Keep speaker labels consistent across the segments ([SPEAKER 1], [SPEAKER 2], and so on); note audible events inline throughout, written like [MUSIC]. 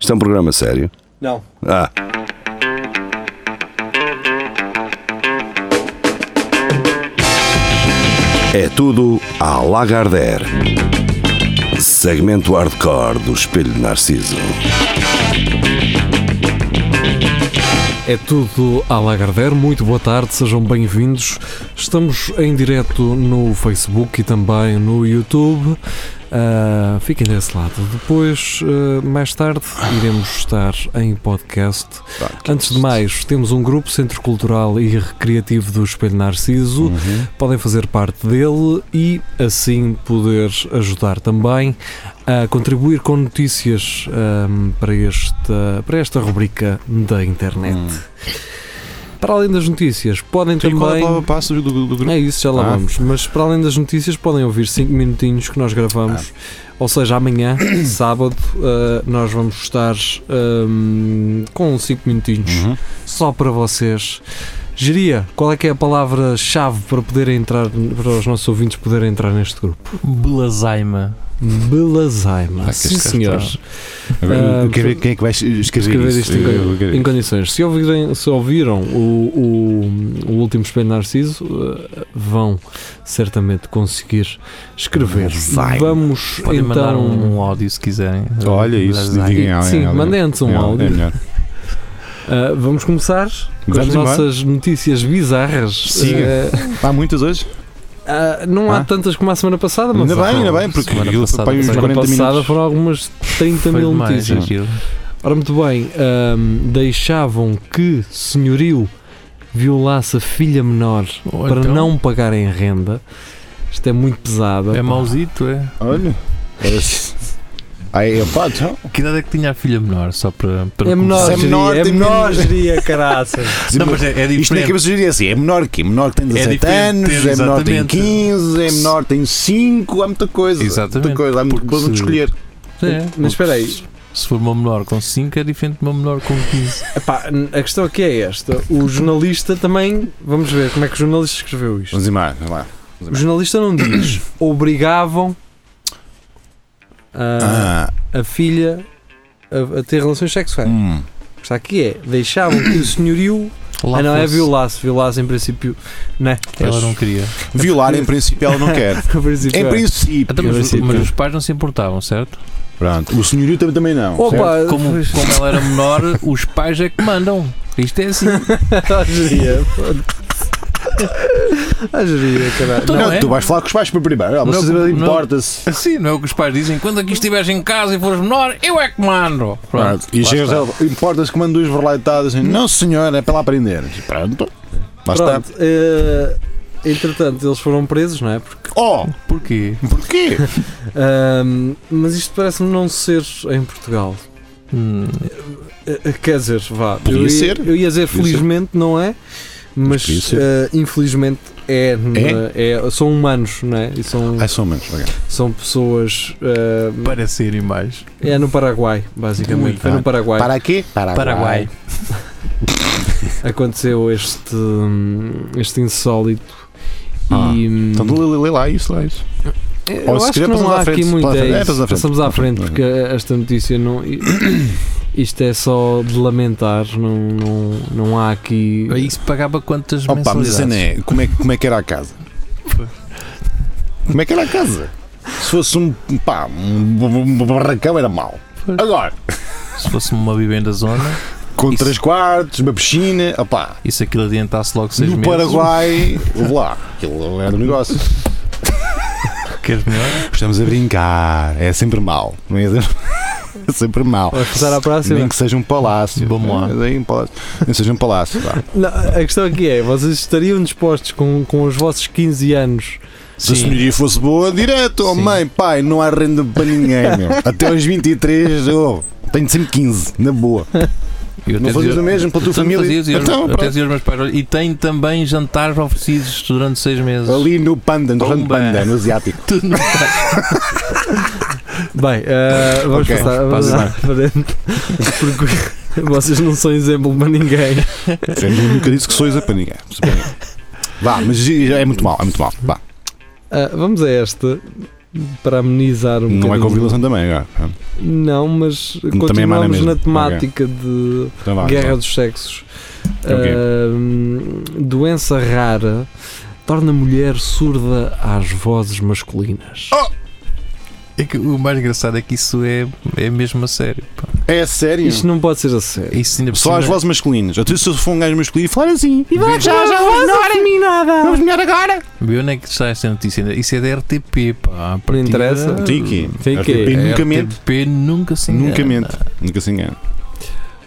[SPEAKER 1] Isto é um programa sério.
[SPEAKER 2] Não.
[SPEAKER 1] Ah, é tudo à Lagardère. Segmento hardcore do Espelho de Narciso.
[SPEAKER 3] É tudo à Lagardère. Muito boa tarde, sejam bem-vindos. Estamos em direto no Facebook e também no YouTube. Ah, fiquem desse lado. Depois, ah, mais tarde, iremos estar em podcast. Antes de mais, temos um grupo Centro Cultural e Recreativo do Espelho Narciso.
[SPEAKER 1] Uhum.
[SPEAKER 3] Podem fazer parte dele e assim poder ajudar também a contribuir com notícias ahm, para, esta, para esta rubrica da internet. Para além das notícias, podem
[SPEAKER 4] E qual é a
[SPEAKER 3] também.
[SPEAKER 4] palavra passo do, do, do grupo?
[SPEAKER 3] É isso, já lá
[SPEAKER 4] Ah.
[SPEAKER 3] vamos. Mas para além das notícias, podem ouvir 5 minutinhos que nós gravamos.
[SPEAKER 4] Ah.
[SPEAKER 3] Ou
[SPEAKER 4] [COUGHS]
[SPEAKER 3] seja, amanhã, sábado, eh, nós vamos estar ehm, com 5 minutinhos
[SPEAKER 4] Uhum.
[SPEAKER 3] só para vocês. Geria, qual é que é a palavra-chave para poder entrar, para os nossos ouvintes poderem entrar neste grupo?
[SPEAKER 5] Belazaima.
[SPEAKER 3] Belazaima.
[SPEAKER 4] Ah, que
[SPEAKER 3] Sim,
[SPEAKER 4] este
[SPEAKER 3] senhor.
[SPEAKER 4] cartaz. Agora,
[SPEAKER 3] Ah,
[SPEAKER 4] eu quero ver quem é que vai escrever,
[SPEAKER 3] escrever
[SPEAKER 4] isso.
[SPEAKER 3] isto em
[SPEAKER 4] Eu-
[SPEAKER 3] condi-
[SPEAKER 4] eu quero-
[SPEAKER 3] em condições. Se, ouvirem, se ouviram o, o, o último Espelho Narciso, eh, vão certamente conseguir escrever.
[SPEAKER 4] Design.
[SPEAKER 3] Vamos
[SPEAKER 5] Podem mandar
[SPEAKER 3] então.
[SPEAKER 5] um, um áudio se quiserem.
[SPEAKER 4] Olha isso,
[SPEAKER 5] Belazaima.
[SPEAKER 4] digam a alguém.
[SPEAKER 3] Sim,
[SPEAKER 4] alguém.
[SPEAKER 3] mandem antes um
[SPEAKER 4] É,
[SPEAKER 3] áudio.
[SPEAKER 4] É melhor.
[SPEAKER 3] Ah, vamos começar com
[SPEAKER 4] Vamos
[SPEAKER 3] as
[SPEAKER 4] embora.
[SPEAKER 3] nossas notícias bizarras.
[SPEAKER 4] Siga.
[SPEAKER 3] Eh,
[SPEAKER 4] Há muitas hoje?
[SPEAKER 3] ah, não há
[SPEAKER 4] Ah.
[SPEAKER 3] tantas como a semana passada, mas
[SPEAKER 4] Ainda
[SPEAKER 3] há.
[SPEAKER 4] bem, ainda bem, porque
[SPEAKER 5] Semana
[SPEAKER 4] aquilo foi
[SPEAKER 5] passada,
[SPEAKER 4] para aí uns
[SPEAKER 5] semana
[SPEAKER 4] 40
[SPEAKER 3] Semana passada
[SPEAKER 4] minutos.
[SPEAKER 3] foram algumas 30
[SPEAKER 5] Foi
[SPEAKER 3] mil
[SPEAKER 5] demais, né?
[SPEAKER 3] notícias.
[SPEAKER 5] aquilo.
[SPEAKER 3] Ora, muito bem, ahm, deixavam que senhorio violasse a filha menor
[SPEAKER 5] Ou
[SPEAKER 3] para
[SPEAKER 5] então,
[SPEAKER 3] não pagarem renda. Isto é muito pesado.
[SPEAKER 5] É mauzito, é?
[SPEAKER 4] Olha. Parece- Aí eu pá, então.
[SPEAKER 5] Que idade é que tinha a filha menor? Só para. para
[SPEAKER 3] É menor,
[SPEAKER 4] Se é
[SPEAKER 3] geria,
[SPEAKER 4] menor,
[SPEAKER 3] é
[SPEAKER 4] tem
[SPEAKER 3] menor,
[SPEAKER 4] menos.
[SPEAKER 3] geria, caraças.
[SPEAKER 4] [LAUGHS]
[SPEAKER 5] Não, mas é, é diferente.
[SPEAKER 4] Isto na cabeça geria assim, é menor que é menor que tem 17
[SPEAKER 5] diferente,
[SPEAKER 4] anos, é menor que tem
[SPEAKER 5] exatamente.
[SPEAKER 4] 15, é menor que tem 5, há muita coisa. Muita
[SPEAKER 5] Exatamente,
[SPEAKER 4] coisa, há muito
[SPEAKER 5] porque
[SPEAKER 4] coisa de
[SPEAKER 5] se-
[SPEAKER 4] escolher.
[SPEAKER 5] É.
[SPEAKER 3] Mas espera aí,
[SPEAKER 5] Se for uma menor com 5, é diferente de uma menor com 15.
[SPEAKER 3] Epá, a questão aqui é esta. O jornalista também. Vamos ver como é que o jornalista escreveu isto.
[SPEAKER 4] Vamos embora, vamos lá.
[SPEAKER 3] O jornalista
[SPEAKER 4] [COUGHS]
[SPEAKER 3] não diz. Obrigavam a,
[SPEAKER 4] Ah,
[SPEAKER 3] a filha a, a ter relações
[SPEAKER 5] Ah,
[SPEAKER 3] sexuais.
[SPEAKER 4] hum.
[SPEAKER 3] O que Está aqui é. Deixavam que o senhorio.
[SPEAKER 5] Lá
[SPEAKER 3] Ah, não, é
[SPEAKER 5] fosse.
[SPEAKER 3] violasse. Violasse em princípio. Não é?
[SPEAKER 5] Ela não queria.
[SPEAKER 4] Violar, em princípio, ela não
[SPEAKER 5] [LAUGHS]
[SPEAKER 4] quer.
[SPEAKER 3] [LAUGHS] Em princípio.
[SPEAKER 4] Em
[SPEAKER 3] é.
[SPEAKER 4] princípio.
[SPEAKER 5] Até,
[SPEAKER 3] Eu
[SPEAKER 5] Então, mas,
[SPEAKER 3] sei
[SPEAKER 5] mas
[SPEAKER 3] que-
[SPEAKER 5] os pais não se importavam, certo?
[SPEAKER 4] Pronto. O senhorio também, também não.
[SPEAKER 5] Oh,
[SPEAKER 4] certo?
[SPEAKER 3] Opa,
[SPEAKER 5] Como, como ela era menor, os pais é que mandam. Isto
[SPEAKER 3] [LAUGHS]
[SPEAKER 5] é assim.
[SPEAKER 3] a geria. [LAUGHS] A geria, caralho.
[SPEAKER 5] Então
[SPEAKER 4] Não,
[SPEAKER 5] não é?
[SPEAKER 4] tu vais falar com os pais para primeiro. Ah,
[SPEAKER 5] Não,
[SPEAKER 4] vocês
[SPEAKER 5] não.
[SPEAKER 4] importa-se.
[SPEAKER 5] Sim, não é o que os pais dizem. Quando aqui estiveres em casa e fores menor, eu é que mando. Pronto.
[SPEAKER 4] Pronto. E
[SPEAKER 5] lá
[SPEAKER 4] chegas
[SPEAKER 5] está.
[SPEAKER 4] lá, importa-se que mando duas verlaitadas. assim, Não, senhor, é para lá aprender. E Pronto. Lá está.
[SPEAKER 3] Pronto. eh, entretanto, eles foram presos, não é? Porque,
[SPEAKER 4] Oh,
[SPEAKER 5] Porquê? [LAUGHS]
[SPEAKER 4] porquê?
[SPEAKER 3] ahm, ehm, mas isto parece-me não ser em Portugal.
[SPEAKER 5] Hum,
[SPEAKER 3] Eh, eh, Quer dizer, vá.
[SPEAKER 4] Podia
[SPEAKER 3] eu, ia,
[SPEAKER 4] ser.
[SPEAKER 3] eu ia dizer,
[SPEAKER 4] Podia
[SPEAKER 3] felizmente, não é? Mas
[SPEAKER 4] podia ser.
[SPEAKER 3] eh, infelizmente é, na- é? São humanos, não é? E são,
[SPEAKER 4] Ah, são menos. ok.
[SPEAKER 3] são pessoas. eh,
[SPEAKER 5] para serem mais.
[SPEAKER 3] é no Paraguai, basicamente.
[SPEAKER 5] Ui.
[SPEAKER 3] Foi no Paraguai.
[SPEAKER 4] Para quê? Para
[SPEAKER 5] Paraguai.
[SPEAKER 3] Aconteceu este, hum, este insólito.
[SPEAKER 4] Ah,
[SPEAKER 3] e, hum,
[SPEAKER 4] Então lê, lê- lê lá isso, lá isso.
[SPEAKER 3] Eu
[SPEAKER 4] Ou se
[SPEAKER 3] acho que
[SPEAKER 4] quiser,
[SPEAKER 3] não
[SPEAKER 4] passamos
[SPEAKER 3] há
[SPEAKER 4] à
[SPEAKER 3] aqui
[SPEAKER 4] frente.
[SPEAKER 3] muito
[SPEAKER 4] Passa-
[SPEAKER 3] é
[SPEAKER 4] é,
[SPEAKER 3] isso.
[SPEAKER 4] passamos à frente.
[SPEAKER 3] Passamos à frente
[SPEAKER 4] Uhum.
[SPEAKER 3] porque esta notícia não. i- [COUGHS] Isto é só de lamentar, não, não, não há aqui.
[SPEAKER 5] Aí se pagava quantas
[SPEAKER 4] Opa, mas a
[SPEAKER 5] mensalidades?
[SPEAKER 4] cena é como, é como é que era a casa? Como é que era a casa? Se fosse um, pá, um barracão era mau.
[SPEAKER 5] Pois.
[SPEAKER 4] Agora, é.
[SPEAKER 5] Se fosse uma vivenda zona
[SPEAKER 4] com
[SPEAKER 5] Isso.
[SPEAKER 4] três quartos, uma piscina, opá,
[SPEAKER 5] e se aquilo adiantasse logo seis
[SPEAKER 4] no
[SPEAKER 5] meses.
[SPEAKER 4] Paraguai, ouve lá, aquilo era um negócio.
[SPEAKER 5] Queres é melhor?
[SPEAKER 4] Estamos a brincar, é sempre [LAUGHS] mau, não é? É sempre mau.
[SPEAKER 3] Vamos passar à próxima?
[SPEAKER 4] Nem que seja um palácio.
[SPEAKER 5] Vamos lá.
[SPEAKER 4] Mas aí um palácio. Nem que seja um palácio. vá.
[SPEAKER 3] Não, a questão aqui é: vocês estariam dispostos com, com os vossos 15 anos?
[SPEAKER 4] Se a senhoria fosse boa, direto, oh,
[SPEAKER 5] Sim.
[SPEAKER 4] mãe, pai, não há renda para ninguém, meu. [LAUGHS] Até aos 23, oh, tenho sempre 15, na boa.
[SPEAKER 5] Eu
[SPEAKER 4] Não
[SPEAKER 5] até
[SPEAKER 4] fazias
[SPEAKER 5] dizia-
[SPEAKER 4] o mesmo para a tua
[SPEAKER 5] Então
[SPEAKER 4] família?
[SPEAKER 5] fazias, eu-
[SPEAKER 4] Então,
[SPEAKER 5] eu
[SPEAKER 4] pronto.
[SPEAKER 5] até dizia aos meus pais, olha, e tem também jantares oferecidos durante seis meses. [LAUGHS]
[SPEAKER 4] Ali no Panda, no grande
[SPEAKER 5] Pumba.
[SPEAKER 4] Panda, no
[SPEAKER 3] [LAUGHS]
[SPEAKER 4] Asiático.
[SPEAKER 5] Tu não estás.
[SPEAKER 3] Bem, ah, vamos
[SPEAKER 4] Ok,
[SPEAKER 3] passar vamos
[SPEAKER 5] passa
[SPEAKER 3] à frente porque [LAUGHS] vocês não são exemplo para ninguém.
[SPEAKER 4] Eu nunca disse que sois a para ninguém. é Vá, mas é muito mal, é muito mal. Vá.
[SPEAKER 3] Ah, vamos a Eh, esta para amenizar um
[SPEAKER 4] Não é
[SPEAKER 3] bocadinho.
[SPEAKER 4] com violação também, agora. pronto.
[SPEAKER 3] Não, mas
[SPEAKER 4] é má na
[SPEAKER 3] continuamos
[SPEAKER 4] mesma.
[SPEAKER 3] na temática de
[SPEAKER 4] Então vá.
[SPEAKER 3] guerra
[SPEAKER 4] então.
[SPEAKER 3] dos sexos.
[SPEAKER 4] É o quê?
[SPEAKER 3] Ahm, doença rara torna a mulher surda às vozes masculinas.
[SPEAKER 4] Oh!
[SPEAKER 5] É que o mais engraçado é que isso é, é mesmo a sério. pá.
[SPEAKER 4] É sério?
[SPEAKER 3] Isto não pode ser a sério.
[SPEAKER 5] Isso ainda por
[SPEAKER 4] Só as
[SPEAKER 5] cima-
[SPEAKER 4] vozes masculinas. Eu, se eu for um gajo masculino, falar assim.
[SPEAKER 5] E vai já, já,
[SPEAKER 3] nada.
[SPEAKER 4] melhor agora.
[SPEAKER 5] Vê onde é que está esta notícia? Isso é da RTP, pá.
[SPEAKER 3] Não interessa.
[SPEAKER 4] Tiki.
[SPEAKER 3] Tem que-
[SPEAKER 4] RTP
[SPEAKER 5] A
[SPEAKER 4] nunca mente.
[SPEAKER 5] RTP nunca se engana.
[SPEAKER 4] Nunca mente. Nunca se engana.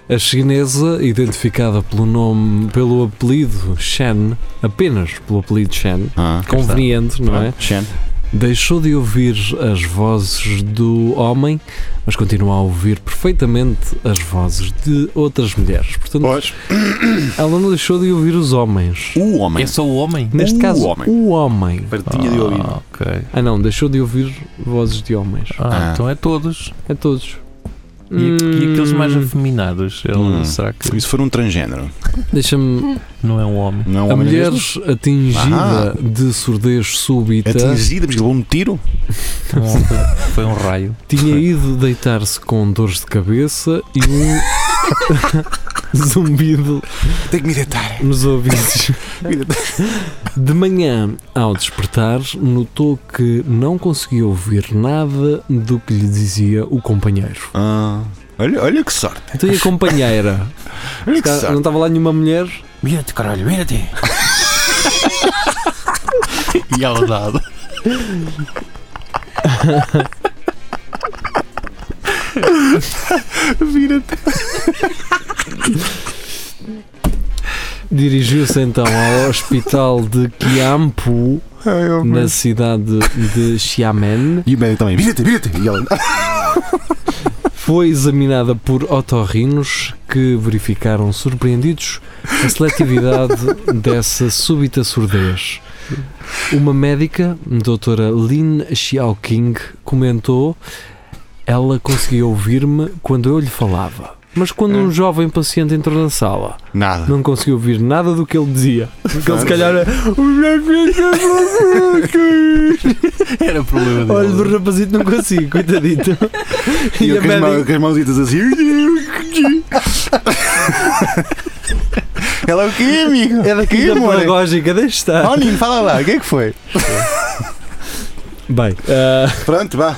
[SPEAKER 3] A chinesa, identificada pelo nome, pelo apelido Shen, apenas pelo apelido Shen,
[SPEAKER 4] Ah.
[SPEAKER 3] conveniente, não é?
[SPEAKER 4] Shen.
[SPEAKER 3] Deixou de ouvir as vozes do homem, mas continua a ouvir perfeitamente as vozes de outras mulheres. Portanto,
[SPEAKER 4] Pois.
[SPEAKER 3] [COUGHS] ela não deixou de ouvir os homens.
[SPEAKER 4] O homem.
[SPEAKER 5] É só o homem?
[SPEAKER 3] Neste
[SPEAKER 4] o
[SPEAKER 3] caso,
[SPEAKER 4] homem.
[SPEAKER 3] o homem.
[SPEAKER 4] Partinha de ouvido.
[SPEAKER 5] Ah, ok.
[SPEAKER 3] Ah não, deixou de ouvir vozes de homens.
[SPEAKER 5] Ah,
[SPEAKER 4] Ah.
[SPEAKER 5] então é todos.
[SPEAKER 3] A todos.
[SPEAKER 5] E, e aqueles mais
[SPEAKER 3] Hum,
[SPEAKER 5] afeminados? Ele,
[SPEAKER 4] Hum.
[SPEAKER 5] Será que
[SPEAKER 4] Isso for um transgénero.
[SPEAKER 3] Deixa-me.
[SPEAKER 5] não é um homem?
[SPEAKER 4] Não é um
[SPEAKER 3] A
[SPEAKER 4] homem
[SPEAKER 3] mulher
[SPEAKER 4] deste?
[SPEAKER 3] atingida
[SPEAKER 4] Ah.
[SPEAKER 3] de surdez súbita
[SPEAKER 4] Atingida, mas levou um tiro.
[SPEAKER 5] Foi um- Foi um raio.
[SPEAKER 3] tinha ido deitar-se com dores de cabeça e um
[SPEAKER 4] [LAUGHS]
[SPEAKER 3] zumbido
[SPEAKER 4] Tem que me deitar. [LAUGHS]
[SPEAKER 3] nos ouvidos. De manhã, ao despertar, notou que não conseguia ouvir nada do que lhe dizia o companheiro.
[SPEAKER 4] Ah. Olha, olha que sorte.
[SPEAKER 3] Então e a companheira?
[SPEAKER 4] Olha que
[SPEAKER 3] Cá- Não
[SPEAKER 4] sorte.
[SPEAKER 3] estava lá nenhuma mulher?
[SPEAKER 5] Mira-te, caralho, mira-te. [LAUGHS] e ela dada.
[SPEAKER 3] Dirigiu-se então ao hospital de Quiampu, na cidade de Xiamen.
[SPEAKER 4] E o médico também. Vira-te, vira-te. E "Ah". ela.
[SPEAKER 3] Foi examinada por otorrinos que verificaram surpreendidos a seletividade dessa súbita surdez. Uma médica, doutora Lin Xiaoqing, comentou: Ela conseguia ouvir-me quando eu lhe falava. Mas quando um jovem paciente entrou na sala,
[SPEAKER 4] Nada.
[SPEAKER 3] não conseguiu ouvir nada do que ele dizia. Porque ele se calhar era.
[SPEAKER 5] [LAUGHS] Era problema dele.
[SPEAKER 3] Olha, do rapazito não consigo, coitadito.
[SPEAKER 4] E
[SPEAKER 3] E
[SPEAKER 4] eu
[SPEAKER 3] a
[SPEAKER 4] com as mãos-
[SPEAKER 3] médica.
[SPEAKER 4] com as mãozitas assim. Ela é o quê, amigo?
[SPEAKER 3] É daqui
[SPEAKER 4] Que,
[SPEAKER 3] da
[SPEAKER 4] amor?
[SPEAKER 3] pedagógica, deixa estar.
[SPEAKER 4] Oh, Nino, fala lá, o que é que foi?
[SPEAKER 3] Bem, ah,
[SPEAKER 4] Pronto, vá.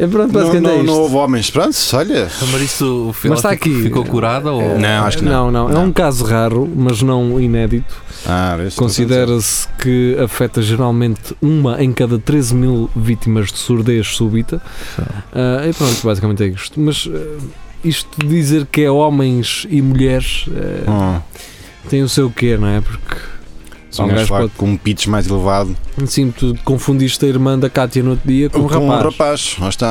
[SPEAKER 3] é pronto,
[SPEAKER 4] Não,
[SPEAKER 3] basicamente é
[SPEAKER 4] não,
[SPEAKER 3] isto.
[SPEAKER 4] não houve homens. Pronto, olha.
[SPEAKER 5] Então, Mas isso foi
[SPEAKER 3] Mas
[SPEAKER 5] ela
[SPEAKER 3] está
[SPEAKER 5] ficou-
[SPEAKER 3] aqui.
[SPEAKER 5] ficou curada ou.
[SPEAKER 4] Não, acho que não.
[SPEAKER 3] Não, não, é um
[SPEAKER 4] Não.
[SPEAKER 3] caso raro, mas não inédito.
[SPEAKER 4] Ah, vês, estou a dizer.
[SPEAKER 3] Considera-se que afeta geralmente uma em cada 13 mil vítimas de surdez súbita. Ah, e pronto, basicamente é isto. Mas ah, isto de dizer que é homens e mulheres ah,
[SPEAKER 4] Ah,
[SPEAKER 3] tem o seu quê, não é? Porque
[SPEAKER 4] só um
[SPEAKER 3] Um gajo
[SPEAKER 4] gajo lá
[SPEAKER 3] pode-
[SPEAKER 4] com um pitch mais elevado.
[SPEAKER 3] Sim, tu confundiste a irmã da Cátia no outro dia com um
[SPEAKER 4] Com
[SPEAKER 3] rapaz.
[SPEAKER 4] rapaz. Lá está.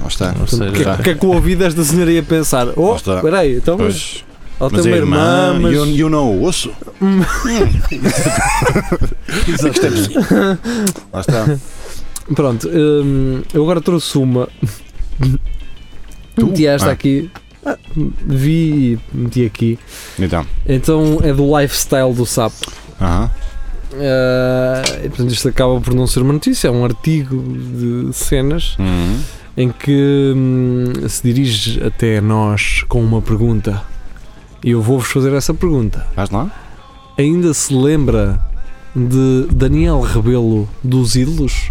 [SPEAKER 4] Lá está.
[SPEAKER 5] Ou
[SPEAKER 3] Portanto, O que,
[SPEAKER 5] seja,
[SPEAKER 3] é- o que é que o ouvido desta senhora ia pensar? Oh,
[SPEAKER 4] Lá está.
[SPEAKER 3] espera aí, então,
[SPEAKER 4] Pois.
[SPEAKER 3] mas ela tem
[SPEAKER 4] Mas é
[SPEAKER 3] uma
[SPEAKER 4] irmã,
[SPEAKER 3] irmã, mas...
[SPEAKER 4] e eu, eu não o ouço. [LAUGHS]
[SPEAKER 3] Hum.
[SPEAKER 4] Isto é possível. Lá está.
[SPEAKER 3] Pronto, hum, eu agora trouxe uma.
[SPEAKER 4] Tu?
[SPEAKER 3] Meti esta
[SPEAKER 4] Ah.
[SPEAKER 3] aqui. Ah, Vi e meti aqui.
[SPEAKER 4] Então.
[SPEAKER 3] Então é do lifestyle do sapo.
[SPEAKER 4] Aham.
[SPEAKER 3] Ah, e, portanto, isto acaba por não ser uma notícia, é um artigo de cenas
[SPEAKER 4] Uhum.
[SPEAKER 3] em que hum, se dirige até a nós com uma pergunta. E eu vou-vos fazer essa pergunta.
[SPEAKER 4] Vais lá?
[SPEAKER 3] Ainda se lembra de Daniel Rebelo dos Ídolos?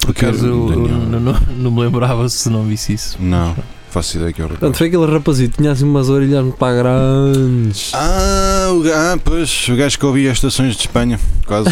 [SPEAKER 5] por acaso eu, eu
[SPEAKER 4] Daniel.
[SPEAKER 5] não, não- não me lembrava se não visse isso.
[SPEAKER 4] Não. Faço ideia que é eu
[SPEAKER 3] Portanto,
[SPEAKER 4] recordo.
[SPEAKER 3] foi aquele rapazito que tinha assim umas orelhas muito para grandes.
[SPEAKER 4] Ah, o, ga- ah, pois, o gajo que ouvia as estações de Espanha,
[SPEAKER 3] [LAUGHS]
[SPEAKER 4] quase.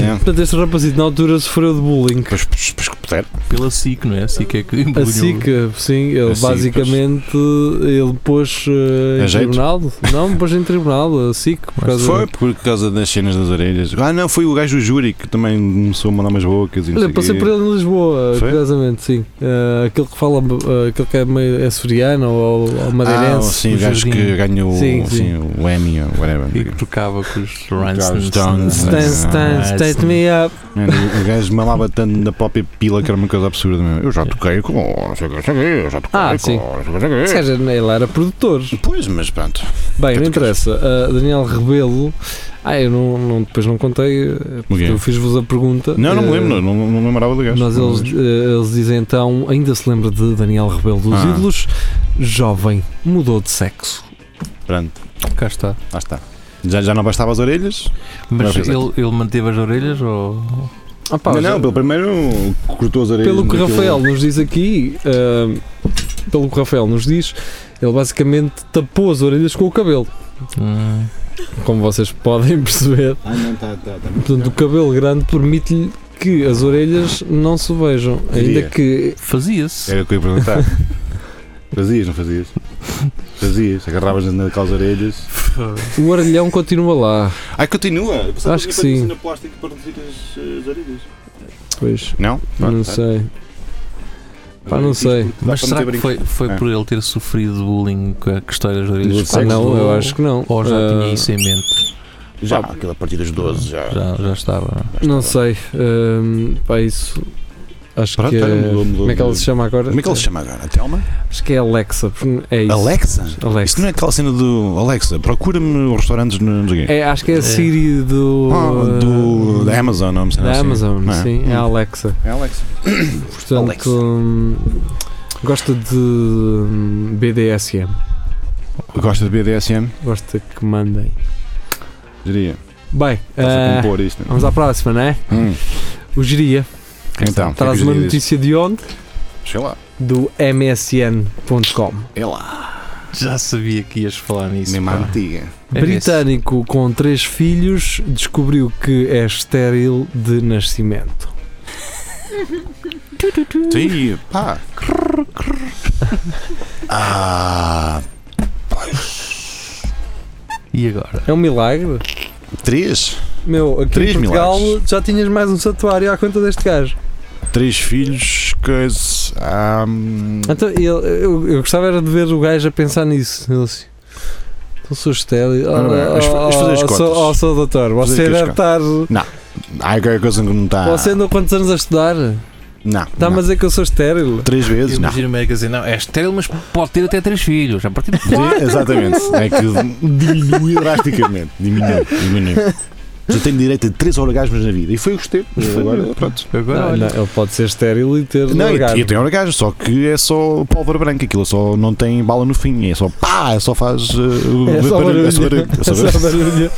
[SPEAKER 4] é.
[SPEAKER 3] Portanto, este rapazito na altura sofreu de bullying.
[SPEAKER 4] Pois, pois, pois que puder.
[SPEAKER 5] Pela SIC, não é? A SIC é que
[SPEAKER 3] A
[SPEAKER 5] embrulhou.
[SPEAKER 3] SICA, sim, ele
[SPEAKER 4] A SIC,
[SPEAKER 3] basicamente ele pôs eh,
[SPEAKER 4] A
[SPEAKER 3] em
[SPEAKER 4] jeito?
[SPEAKER 3] tribunal. Não, pôs em tribunal, a SIC, por causa
[SPEAKER 4] Foi por causa das cenas das orelhas. Ah, não, foi o gajo do júri que também começou a mandar umas bocas e não
[SPEAKER 3] Olha,
[SPEAKER 4] sei
[SPEAKER 3] passei
[SPEAKER 4] quê.
[SPEAKER 3] por ele em Lisboa,
[SPEAKER 4] Foi?
[SPEAKER 3] curiosamente, sim. Eh, aquele que fala, eh, aquele que é, meio, é soriano ou, ou
[SPEAKER 4] Ah,
[SPEAKER 3] madeirense.
[SPEAKER 4] sim,
[SPEAKER 5] o
[SPEAKER 4] o gajo
[SPEAKER 5] Jardim.
[SPEAKER 4] que ganhou
[SPEAKER 3] um Sim,
[SPEAKER 4] assim, o Emmy ou whatever.
[SPEAKER 5] E que trocava com os
[SPEAKER 4] Carlos
[SPEAKER 5] Rhinestones.
[SPEAKER 4] Jones.
[SPEAKER 3] Stan, Stan, Please take me up.
[SPEAKER 4] Mano, o gajo mamava tanto na própria pila que era uma coisa absurda mesmo. Eu já toquei com não sei o que, não sei o que, eu já toquei
[SPEAKER 3] É. Ah,
[SPEAKER 4] com
[SPEAKER 3] sim.
[SPEAKER 4] não sei o que, não
[SPEAKER 3] Esse
[SPEAKER 4] sei o
[SPEAKER 3] gajo ele era produtor.
[SPEAKER 4] que. Pois, mas pronto.
[SPEAKER 3] Bem, não
[SPEAKER 4] Tanto que-
[SPEAKER 3] interessa. Uh, Daniel Rebelo. Ah, eu não, não- depois não contei. uh,
[SPEAKER 4] O
[SPEAKER 3] Porque
[SPEAKER 4] quê?
[SPEAKER 3] eu fiz-vos a pergunta.
[SPEAKER 4] Não, não me
[SPEAKER 3] Uh,
[SPEAKER 4] lembro, não, não me lembrava do gajo.
[SPEAKER 3] Mas eles, eh, eles dizem então, ainda se lembra de Daniel Rebelo dos
[SPEAKER 4] Ah.
[SPEAKER 3] Ídolos, jovem, mudou de sexo.
[SPEAKER 4] Pronto,
[SPEAKER 5] Cá está.
[SPEAKER 4] lá está. Já, já não bastava as orelhas?
[SPEAKER 5] Mas
[SPEAKER 4] Não,
[SPEAKER 5] ele, ele manteve as orelhas ou.
[SPEAKER 3] Ah, pá,
[SPEAKER 4] não,
[SPEAKER 3] já-
[SPEAKER 4] não, pelo primeiro cortou as orelhas.
[SPEAKER 3] pelo que
[SPEAKER 4] naquele-
[SPEAKER 3] Rafael nos diz aqui, eh, pelo que Rafael nos diz, ele basicamente tapou as orelhas com o cabelo,
[SPEAKER 5] Hum.
[SPEAKER 3] como vocês podem [LAUGHS] perceber.
[SPEAKER 4] Ah, não, tá, tá, tá.
[SPEAKER 3] Portanto, o cabelo grande permite-lhe que as orelhas não se vejam, ainda
[SPEAKER 4] Diria.
[SPEAKER 3] que
[SPEAKER 5] Fazia-se.
[SPEAKER 4] Era o que eu ia perguntar. [LAUGHS] fazias, não fazias? Fazias, agarravas naquelas orelhas.
[SPEAKER 5] [LAUGHS]
[SPEAKER 3] o orelhão continua lá.
[SPEAKER 4] Ai, continua! Eu pensava
[SPEAKER 3] Acho que
[SPEAKER 4] tinha
[SPEAKER 3] sim.
[SPEAKER 4] patrocínio plástico para reduzir as, as orelhas.
[SPEAKER 3] Pois,
[SPEAKER 4] Não?
[SPEAKER 3] não sei. Pá, não sei.
[SPEAKER 5] Mas será que foi, foi
[SPEAKER 4] É.
[SPEAKER 5] por ele ter sofrido bullying com a questão das
[SPEAKER 4] Do
[SPEAKER 5] orelhas?
[SPEAKER 4] sexo?
[SPEAKER 3] Não, eu acho que não.
[SPEAKER 5] Ou já tinha
[SPEAKER 3] Eh,
[SPEAKER 5] isso em mente?
[SPEAKER 4] Já, aquela partida dos 12 já.
[SPEAKER 5] Já, já estava.
[SPEAKER 3] Não sei. hum, pá, isso. Acho
[SPEAKER 4] Pronto,
[SPEAKER 3] que.
[SPEAKER 4] olha,
[SPEAKER 3] é-
[SPEAKER 4] mudou- mudou-
[SPEAKER 3] como é que ela se chama agora?
[SPEAKER 4] Como é que ele se chama agora? Telma?
[SPEAKER 3] Acho que é Alexa. porque É isso.
[SPEAKER 4] Alexa?
[SPEAKER 3] Alexa.
[SPEAKER 4] Isto não é aquela cena do Alexa, procura-me restaurantes no. Não sei o quê.
[SPEAKER 3] É, acho que é a
[SPEAKER 5] É.
[SPEAKER 3] Siri do.
[SPEAKER 4] Ah, do,
[SPEAKER 3] uh,
[SPEAKER 4] da Amazon, não me sei
[SPEAKER 3] da
[SPEAKER 4] não sei.
[SPEAKER 3] Amazon,
[SPEAKER 4] Não é?
[SPEAKER 3] sim. É a Alexa.
[SPEAKER 4] É Alexa.
[SPEAKER 3] Portanto.
[SPEAKER 4] Alexa.
[SPEAKER 3] hum, gosta de hum, BDSM.
[SPEAKER 4] Gosta de BDSM?
[SPEAKER 3] Gosta que mandem.
[SPEAKER 4] Diria.
[SPEAKER 3] Bem,
[SPEAKER 4] Estás
[SPEAKER 3] eh,
[SPEAKER 4] a compor isto.
[SPEAKER 3] vamos à próxima, não é?
[SPEAKER 4] Hum.
[SPEAKER 3] O Geria
[SPEAKER 4] Então, o que é
[SPEAKER 3] traz
[SPEAKER 4] que
[SPEAKER 3] uma
[SPEAKER 4] eu diria disto?
[SPEAKER 3] notícia de onde?
[SPEAKER 4] Sei lá.
[SPEAKER 3] Do MSN.com.
[SPEAKER 4] É lá.
[SPEAKER 5] Já sabia que ias falar nisso.
[SPEAKER 4] Mesmo
[SPEAKER 5] pá.
[SPEAKER 4] antiga.
[SPEAKER 5] É
[SPEAKER 3] Britânico com três filhos descobriu que é estéril de nascimento.
[SPEAKER 4] Sim, pá. ah.
[SPEAKER 5] esse. E agora?
[SPEAKER 3] É um milagre.
[SPEAKER 4] Três?
[SPEAKER 3] Meu, aqui
[SPEAKER 4] Três
[SPEAKER 3] em Portugal
[SPEAKER 4] milagres.
[SPEAKER 3] já tinhas mais um santuário à conta deste gajo.
[SPEAKER 4] Três filhos, coisa. Ah, hum,
[SPEAKER 3] Então, ele- eu, eu gostava era de ver o gajo a pensar nisso. Ele assim, então sou estéril.
[SPEAKER 4] Ora bem,
[SPEAKER 3] Oh,
[SPEAKER 4] vamos-
[SPEAKER 3] oh,
[SPEAKER 4] vamos fazer as
[SPEAKER 3] oh,
[SPEAKER 4] contas.
[SPEAKER 3] sou- oh, sou doutor,
[SPEAKER 4] Fazer aqui
[SPEAKER 3] você
[SPEAKER 4] as
[SPEAKER 3] deve estar...
[SPEAKER 4] há qualquer coisa que não tá, está.
[SPEAKER 3] Você andou quantos anos a estudar?
[SPEAKER 4] Não.
[SPEAKER 3] Está-me a
[SPEAKER 4] não.
[SPEAKER 3] dizer que eu sou estéril?
[SPEAKER 4] Três vezes? Não.
[SPEAKER 5] Imagina o médico a dizer, não, é estéril, mas pode ter até três filhos. A partir de
[SPEAKER 4] Sim, exatamente. É que diminui drasticamente. Diminuiu. Diminuiu. Já tenho direito a três orgasmos na vida. E foi o que teve. Agora, pronto.
[SPEAKER 5] Agora,
[SPEAKER 3] Não,
[SPEAKER 5] olha.
[SPEAKER 3] não, ele pode ser estéril e ter
[SPEAKER 4] Não,
[SPEAKER 3] orgasmo.
[SPEAKER 4] e, e tem orgasmo, só que é só pólvora branca, aquilo só não tem bala no fim, é só pá, é só faz. Uh,
[SPEAKER 3] É só barulho.
[SPEAKER 4] É só barulho. [LAUGHS] É
[SPEAKER 3] [LAUGHS]
[SPEAKER 4] só barulho.
[SPEAKER 3] barulho.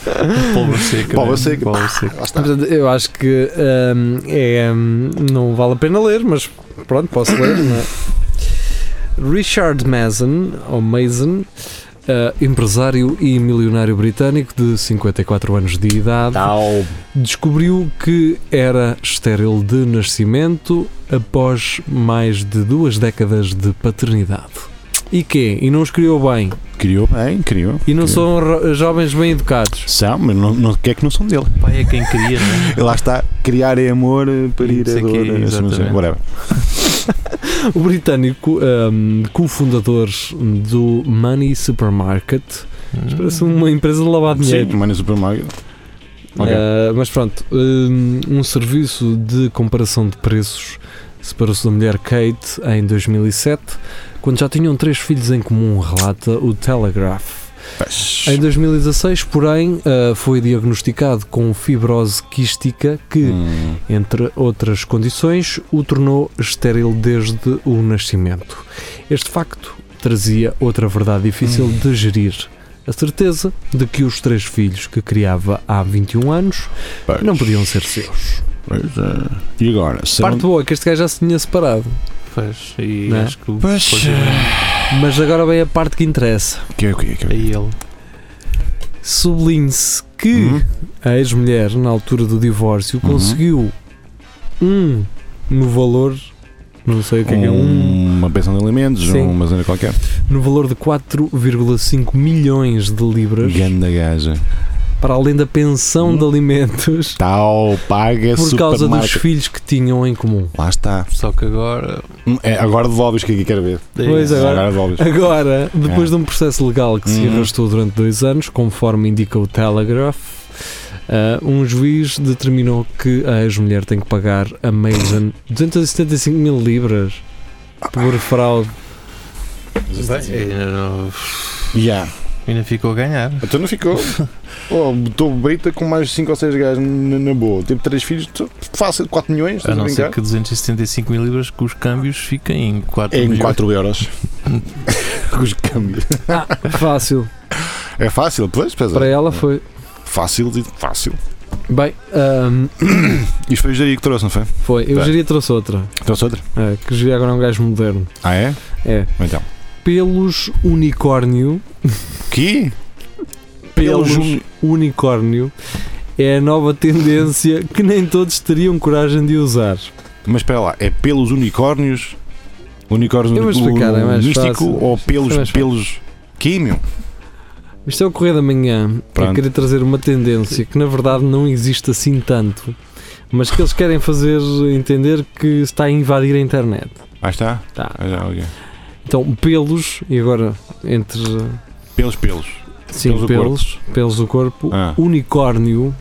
[SPEAKER 5] Pólvora seca.
[SPEAKER 4] Pólvora
[SPEAKER 5] né?
[SPEAKER 4] seca.
[SPEAKER 5] Pólvora seca.
[SPEAKER 4] Lá está.
[SPEAKER 3] Portanto, eu acho que hum, é, hum, não vale a pena ler, mas pronto, posso ler. não é? Richard Mason, ou Mason, eh, empresário e milionário britânico de 54 anos de idade,
[SPEAKER 4] Tal.
[SPEAKER 3] descobriu que era estéril de nascimento após mais de duas décadas de paternidade. E quê? E não os criou bem.
[SPEAKER 4] Criou bem, criou.
[SPEAKER 3] E não
[SPEAKER 4] criou.
[SPEAKER 3] são ro- jovens bem educados.
[SPEAKER 4] São, mas não, não, o que é que não são dele?
[SPEAKER 5] O pai é quem queria, não é?
[SPEAKER 4] E Lá está, criar é amor, parir
[SPEAKER 5] Isso
[SPEAKER 4] é
[SPEAKER 5] aqui,
[SPEAKER 4] dor, é isso, não sei,
[SPEAKER 5] exatamente.
[SPEAKER 4] whatever.
[SPEAKER 3] O britânico, um, cofundador do Money Supermarket, parece um- uma empresa de lavar
[SPEAKER 4] Hum. Sim,
[SPEAKER 3] dinheiro.
[SPEAKER 4] tu mandas o supermercado. Ok.
[SPEAKER 3] Uh, mas pronto, um, um serviço de comparação de preços separou-se da mulher Kate em 2007, quando já tinham três filhos em comum, relata o Telegraph. Em 2016, porém, uh, foi diagnosticado com fibrose quística que,
[SPEAKER 4] Hum.
[SPEAKER 3] entre outras condições, o tornou estéril desde o nascimento. Este facto trazia outra verdade difícil de gerir. A certeza de que os três filhos que criava há 21 anos
[SPEAKER 4] Pois.
[SPEAKER 3] não podiam ser seus.
[SPEAKER 4] Pois é. E agora? Serão...
[SPEAKER 3] Parte boa é que este gajo já se tinha separado.
[SPEAKER 5] Pois, e
[SPEAKER 3] Não é?
[SPEAKER 5] acho que o-
[SPEAKER 4] Pois,
[SPEAKER 5] depois é-
[SPEAKER 3] Mas agora vem a parte que interessa.
[SPEAKER 4] Que é o quê? Que é o
[SPEAKER 5] é
[SPEAKER 4] quê?
[SPEAKER 5] ele.
[SPEAKER 3] Sublinhe-se que
[SPEAKER 4] Hum?
[SPEAKER 3] a ex-mulher, na altura do divórcio,
[SPEAKER 4] Uhum.
[SPEAKER 3] conseguiu um no valor, não sei o que é que é, um
[SPEAKER 4] Uma pensão de alimentos,
[SPEAKER 3] Sim.
[SPEAKER 4] uma zona qualquer.
[SPEAKER 3] no valor de 4,5 milhões de libras,
[SPEAKER 4] Ganda gaja.
[SPEAKER 3] para além da pensão
[SPEAKER 4] Hum.
[SPEAKER 3] de alimentos,
[SPEAKER 4] Tal, paga,
[SPEAKER 3] por causa dos
[SPEAKER 4] supermarket.
[SPEAKER 3] filhos que tinham em comum.
[SPEAKER 4] Lá está.
[SPEAKER 5] Só que agora.
[SPEAKER 4] Hum, É, agora devolves que aqui quero ver.
[SPEAKER 5] é
[SPEAKER 3] Pois
[SPEAKER 5] isso.
[SPEAKER 3] agora- [LAUGHS]
[SPEAKER 4] devolves.
[SPEAKER 3] Agora,
[SPEAKER 4] É.
[SPEAKER 3] depois de um processo legal que se
[SPEAKER 4] Uhum.
[SPEAKER 3] arrastou durante dois anos, conforme indica o Telegraph, Ah, um juiz determinou que a ex-mulher tem que pagar a Mason 275 mil libras por
[SPEAKER 4] [LAUGHS]
[SPEAKER 3] fraude.
[SPEAKER 5] Bem, ainda, não-
[SPEAKER 4] Já.
[SPEAKER 5] ainda ficou a ganhar.
[SPEAKER 4] Então não ficou. [LAUGHS] oh, estou beita com mais 5 ou 6 gajos na, na boa. Tive 3 filhos, tô- fácil, 4 milhões,
[SPEAKER 5] A
[SPEAKER 4] estás a
[SPEAKER 5] não ser
[SPEAKER 4] brincar?
[SPEAKER 5] que 275 mil libras que os câmbios fiquem em 4
[SPEAKER 4] Em 4 [LAUGHS] euros. Com Os câmbios.
[SPEAKER 3] Ah, fácil.
[SPEAKER 4] É fácil, pois, pois é.
[SPEAKER 3] Para ela foi.
[SPEAKER 4] Fácil, digo, fácil.
[SPEAKER 3] Bem, ahm,
[SPEAKER 4] [COUGHS] Isto foi o Jair que trouxe, não foi?
[SPEAKER 3] foi. Eu
[SPEAKER 4] Bem.
[SPEAKER 3] geria trouxe outra.
[SPEAKER 4] Trouxe outra?
[SPEAKER 3] É, que geria agora é um gajo moderno.
[SPEAKER 4] Ah, é?
[SPEAKER 3] É.
[SPEAKER 4] Então.
[SPEAKER 3] Pelos unicórnio.
[SPEAKER 4] Que?
[SPEAKER 3] Pelos unicórnio. É a
[SPEAKER 4] [LAUGHS]
[SPEAKER 3] nova tendência que nem todos teriam coragem de usar.
[SPEAKER 4] Mas espera lá, é pelos unicórnios? Unicórnios
[SPEAKER 3] Eu vou
[SPEAKER 4] unico-
[SPEAKER 3] explicar, é mais
[SPEAKER 4] místico
[SPEAKER 3] fácil.
[SPEAKER 4] ou
[SPEAKER 3] É
[SPEAKER 4] pelos,
[SPEAKER 3] mais
[SPEAKER 4] pelos químio?
[SPEAKER 3] Isto é o Correio da Manhã.
[SPEAKER 4] Pronto.
[SPEAKER 3] Eu queria trazer uma tendência que na verdade não existe assim tanto, mas que eles querem fazer entender que está a invadir a internet.
[SPEAKER 4] Ah, está?
[SPEAKER 3] Tá.
[SPEAKER 4] Ah, já, ok.
[SPEAKER 3] Então, pelos, e agora entre
[SPEAKER 4] Pelos, pelos.
[SPEAKER 3] sim,
[SPEAKER 4] Pelos do
[SPEAKER 3] pelos, pelos, do corpo,
[SPEAKER 4] Ah.
[SPEAKER 3] unicórnio,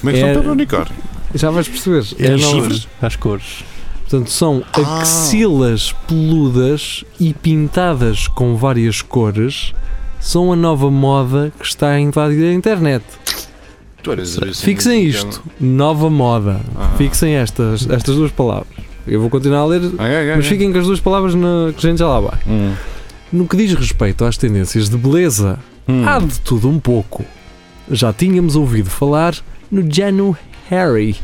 [SPEAKER 4] Como é que são
[SPEAKER 3] É-
[SPEAKER 4] pelos unicórnios?
[SPEAKER 3] já vais perceber.
[SPEAKER 4] É
[SPEAKER 3] a nova-
[SPEAKER 4] chifres?
[SPEAKER 5] Às cores.
[SPEAKER 3] Portanto, são
[SPEAKER 4] Ah.
[SPEAKER 3] axilas peludas e pintadas com várias cores. São a nova moda que está a invadir a internet.
[SPEAKER 4] Tu eras
[SPEAKER 3] Fixem
[SPEAKER 4] então-
[SPEAKER 3] isto. Nova moda.
[SPEAKER 4] Ah.
[SPEAKER 3] Fixem estas, estas duas palavras. Eu vou continuar a ler,
[SPEAKER 4] Ah, é, é,
[SPEAKER 3] mas
[SPEAKER 4] é.
[SPEAKER 3] fiquem com as duas palavras na, que a gente já lá vai.
[SPEAKER 4] Hum.
[SPEAKER 3] No que diz respeito às tendências de beleza,
[SPEAKER 4] Hum.
[SPEAKER 3] há de tudo um pouco. Já tínhamos ouvido falar no January,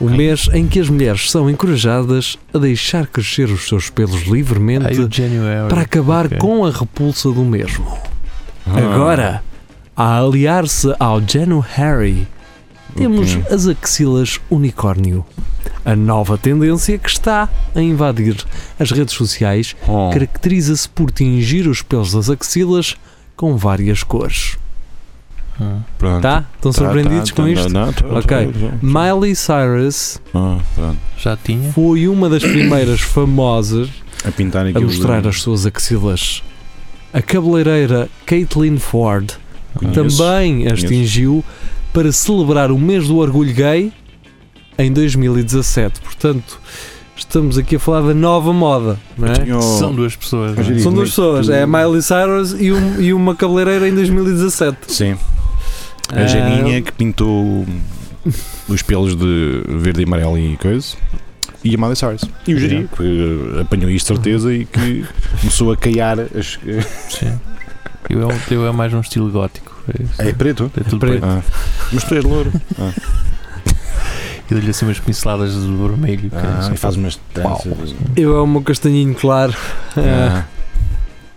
[SPEAKER 3] o mês em que as mulheres são encorajadas a deixar crescer os seus pelos
[SPEAKER 5] Aí
[SPEAKER 3] livremente
[SPEAKER 5] o January.
[SPEAKER 3] para acabar
[SPEAKER 5] ok.
[SPEAKER 3] com a repulsa do mesmo.
[SPEAKER 4] Ah.
[SPEAKER 3] Agora, a aliar-se ao January, temos
[SPEAKER 4] Ok.
[SPEAKER 3] as axilas unicórnio. A nova tendência que está a invadir as redes sociais
[SPEAKER 4] Oh.
[SPEAKER 3] caracteriza-se por tingir os pelos das axilas com várias cores.
[SPEAKER 5] Ah.
[SPEAKER 4] Pronto.
[SPEAKER 3] Tá? Estão
[SPEAKER 4] Tá,
[SPEAKER 3] surpreendidos
[SPEAKER 4] tá,
[SPEAKER 3] com
[SPEAKER 4] tá,
[SPEAKER 3] isto?
[SPEAKER 4] Não, não, tô- tô-
[SPEAKER 3] Ok.
[SPEAKER 4] tô-
[SPEAKER 3] Miley Cyrus
[SPEAKER 4] Ah, pronto.
[SPEAKER 5] Já tinha.
[SPEAKER 3] foi uma das primeiras famosas
[SPEAKER 4] A pintar
[SPEAKER 3] a
[SPEAKER 4] aquilo.
[SPEAKER 3] mostrar as suas axilas. A cabeleireira Caitlin Ford
[SPEAKER 4] Conheço.
[SPEAKER 3] também as
[SPEAKER 4] conheço.
[SPEAKER 3] tingiu para celebrar o mês do orgulho gay em 2017. Portanto, estamos aqui a falar da nova moda, não é?
[SPEAKER 4] Tinha um o-
[SPEAKER 5] São duas pessoas.
[SPEAKER 4] Eu
[SPEAKER 5] não é?
[SPEAKER 4] diria-
[SPEAKER 3] São duas pessoas, é a Miley Cyrus e, um- e uma cabeleireira em 2017.
[SPEAKER 4] Sim.
[SPEAKER 3] É.
[SPEAKER 4] A Janinha que pintou os pelos de verde e amarelo e coisa. E a Miley Cyrus. E o Jiri, que eh, apanhou isto de certeza e que começou a caiar. As... eh,
[SPEAKER 5] Sim. Eu é, um- eu é mais um estilo gótico. É, isso.
[SPEAKER 4] É preto?
[SPEAKER 5] É tudo
[SPEAKER 3] preto.
[SPEAKER 5] preto.
[SPEAKER 4] Ah. Mas tu és louro.
[SPEAKER 5] E dou-lhe assim umas pinceladas de vermelho. que é
[SPEAKER 4] Ah,
[SPEAKER 5] assim.
[SPEAKER 4] e faz umas tranças.
[SPEAKER 3] Eu é o meu castanhinho claro.
[SPEAKER 4] Ah.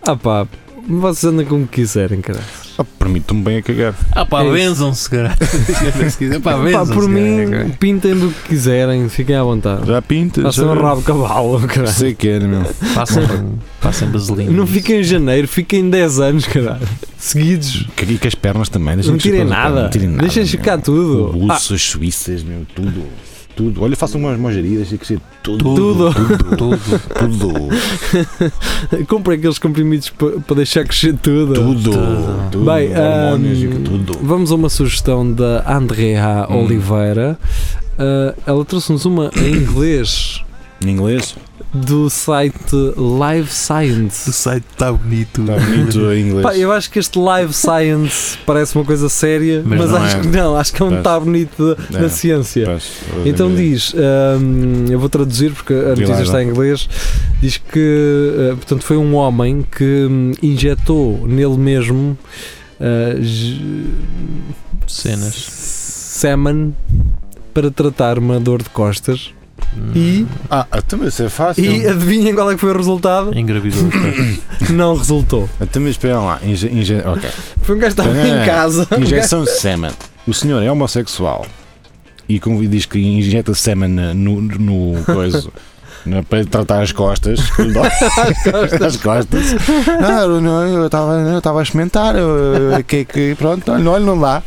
[SPEAKER 3] Ah pá, vocês andam como quiserem, cara.
[SPEAKER 4] Ah, Permite-me bem a cagar.
[SPEAKER 5] Ah pá,
[SPEAKER 3] É isso.
[SPEAKER 5] benzam-se, cara. Se quiser, pá,
[SPEAKER 3] Pá,
[SPEAKER 5] benzam-se.
[SPEAKER 3] por mim,
[SPEAKER 5] caralho.
[SPEAKER 3] pintem do que quiserem, fiquem à vontade.
[SPEAKER 4] Já pintas? eh,
[SPEAKER 3] Façam um rabo de cavalo, cara.
[SPEAKER 4] Sei que era, meu.
[SPEAKER 5] Passem, passem vaselina.
[SPEAKER 3] Não fiquem em janeiro, fiquem 10 anos, cara. Seguidos.
[SPEAKER 4] Que- E que as pernas também. deixem
[SPEAKER 3] não tirem
[SPEAKER 4] as pernas,
[SPEAKER 3] nada.
[SPEAKER 4] não é? tirem nada,
[SPEAKER 3] Deixem
[SPEAKER 4] meu.
[SPEAKER 3] ficar tudo. Ah,
[SPEAKER 4] Bolsas suíças, meu. Tudo. Tudo. Olha, façam umas mojarias e que seja tudo.
[SPEAKER 3] Tudo.
[SPEAKER 4] Tudo.
[SPEAKER 5] Tudo.
[SPEAKER 4] Tudo.
[SPEAKER 3] Ah, comprem aqueles comprimidos para deixar crescer tudo.
[SPEAKER 4] Tudo.
[SPEAKER 5] Tudo.
[SPEAKER 4] Tudo.
[SPEAKER 3] Bem,
[SPEAKER 4] Hormônios
[SPEAKER 3] hum,
[SPEAKER 4] e tudo.
[SPEAKER 3] Vamos a uma sugestão da Andrea
[SPEAKER 4] Hum.
[SPEAKER 3] Oliveira. Ah, ela trouxe-nos uma em inglês
[SPEAKER 4] Em inglês?
[SPEAKER 3] do site Live Science.
[SPEAKER 5] O site está bonito.
[SPEAKER 4] Está Tá bonito em inglês.
[SPEAKER 3] Pá, eu acho que este Live Science parece uma coisa séria, mas,
[SPEAKER 5] Mas não
[SPEAKER 3] acho
[SPEAKER 4] é.
[SPEAKER 3] que não, acho que é um
[SPEAKER 4] Parece.
[SPEAKER 3] tá bonito da- da
[SPEAKER 4] É.
[SPEAKER 3] ciência.
[SPEAKER 4] Pois,
[SPEAKER 3] Então
[SPEAKER 4] é.
[SPEAKER 3] diz, hum, eu vou traduzir porque a
[SPEAKER 4] Diz lá,
[SPEAKER 3] notícia está
[SPEAKER 4] João.
[SPEAKER 3] em inglês, diz que eh, portanto foi um homem que hum, injetou nele mesmo eh, j-
[SPEAKER 5] Cenas.
[SPEAKER 3] semen para tratar uma dor de costas e,
[SPEAKER 4] Ah, até mas isso é fácil.
[SPEAKER 3] e adivinhem qual é que foi o resultado?
[SPEAKER 5] Engravidou.
[SPEAKER 3] Não resultou.
[SPEAKER 4] Até Então, mas espera lá. Inje, inje, ok.
[SPEAKER 3] Foi um gajo que estava
[SPEAKER 4] É.
[SPEAKER 3] em casa. um gajo-
[SPEAKER 4] Injeção de sêmen. O senhor é [LAUGHS] homossexual e como diz que injeta sêmen na- no, no coisa. Não é para tratar as [LAUGHS] costas. as costas. Não, não, eu estava eu estava a experimentar. eu- eu- que, que, pronto, olha, olha, não dá.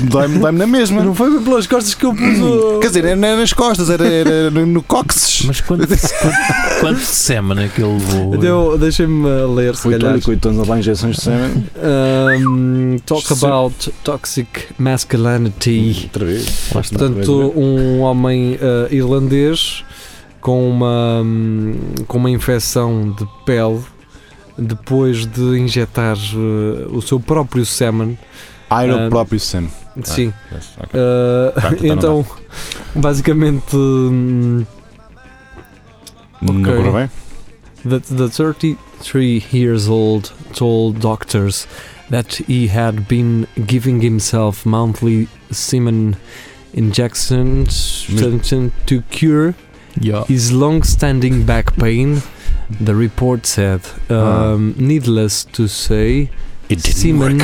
[SPEAKER 4] Dói-me dói na mesma.
[SPEAKER 3] Não foi bem pelas costas que eu pus o.
[SPEAKER 4] Quer dizer, não era nas costas, era, era no, no cóccix.
[SPEAKER 5] Mas quanto, quanto, quanto de semana que ele levou?
[SPEAKER 3] Então, Deixem-me ler, se calhar.
[SPEAKER 4] 8 anos a levar injeções de semen.
[SPEAKER 3] Um, talk
[SPEAKER 4] Se-
[SPEAKER 3] about toxic masculinity.
[SPEAKER 4] Outra vez.
[SPEAKER 5] Lá está.
[SPEAKER 4] Tá,
[SPEAKER 3] Portanto, um homem eh, irlandês com uma, hum, com uma infecção de pele depois de injetar eh, o seu próprio semen.
[SPEAKER 4] Ah, era
[SPEAKER 3] Ah.
[SPEAKER 4] o próprio semen.
[SPEAKER 3] Sim.
[SPEAKER 4] Ok.
[SPEAKER 3] Eh, [LAUGHS]
[SPEAKER 4] Tá, então
[SPEAKER 3] então, basicamente, hum,
[SPEAKER 4] Não
[SPEAKER 3] ok.
[SPEAKER 4] correu bem?
[SPEAKER 3] the, the 33 years old told doctors that he had been giving himself monthly semen injections
[SPEAKER 4] Mm.
[SPEAKER 3] to cure
[SPEAKER 5] Yeah.
[SPEAKER 3] his long-standing back pain. The report said, um, needless to say, semen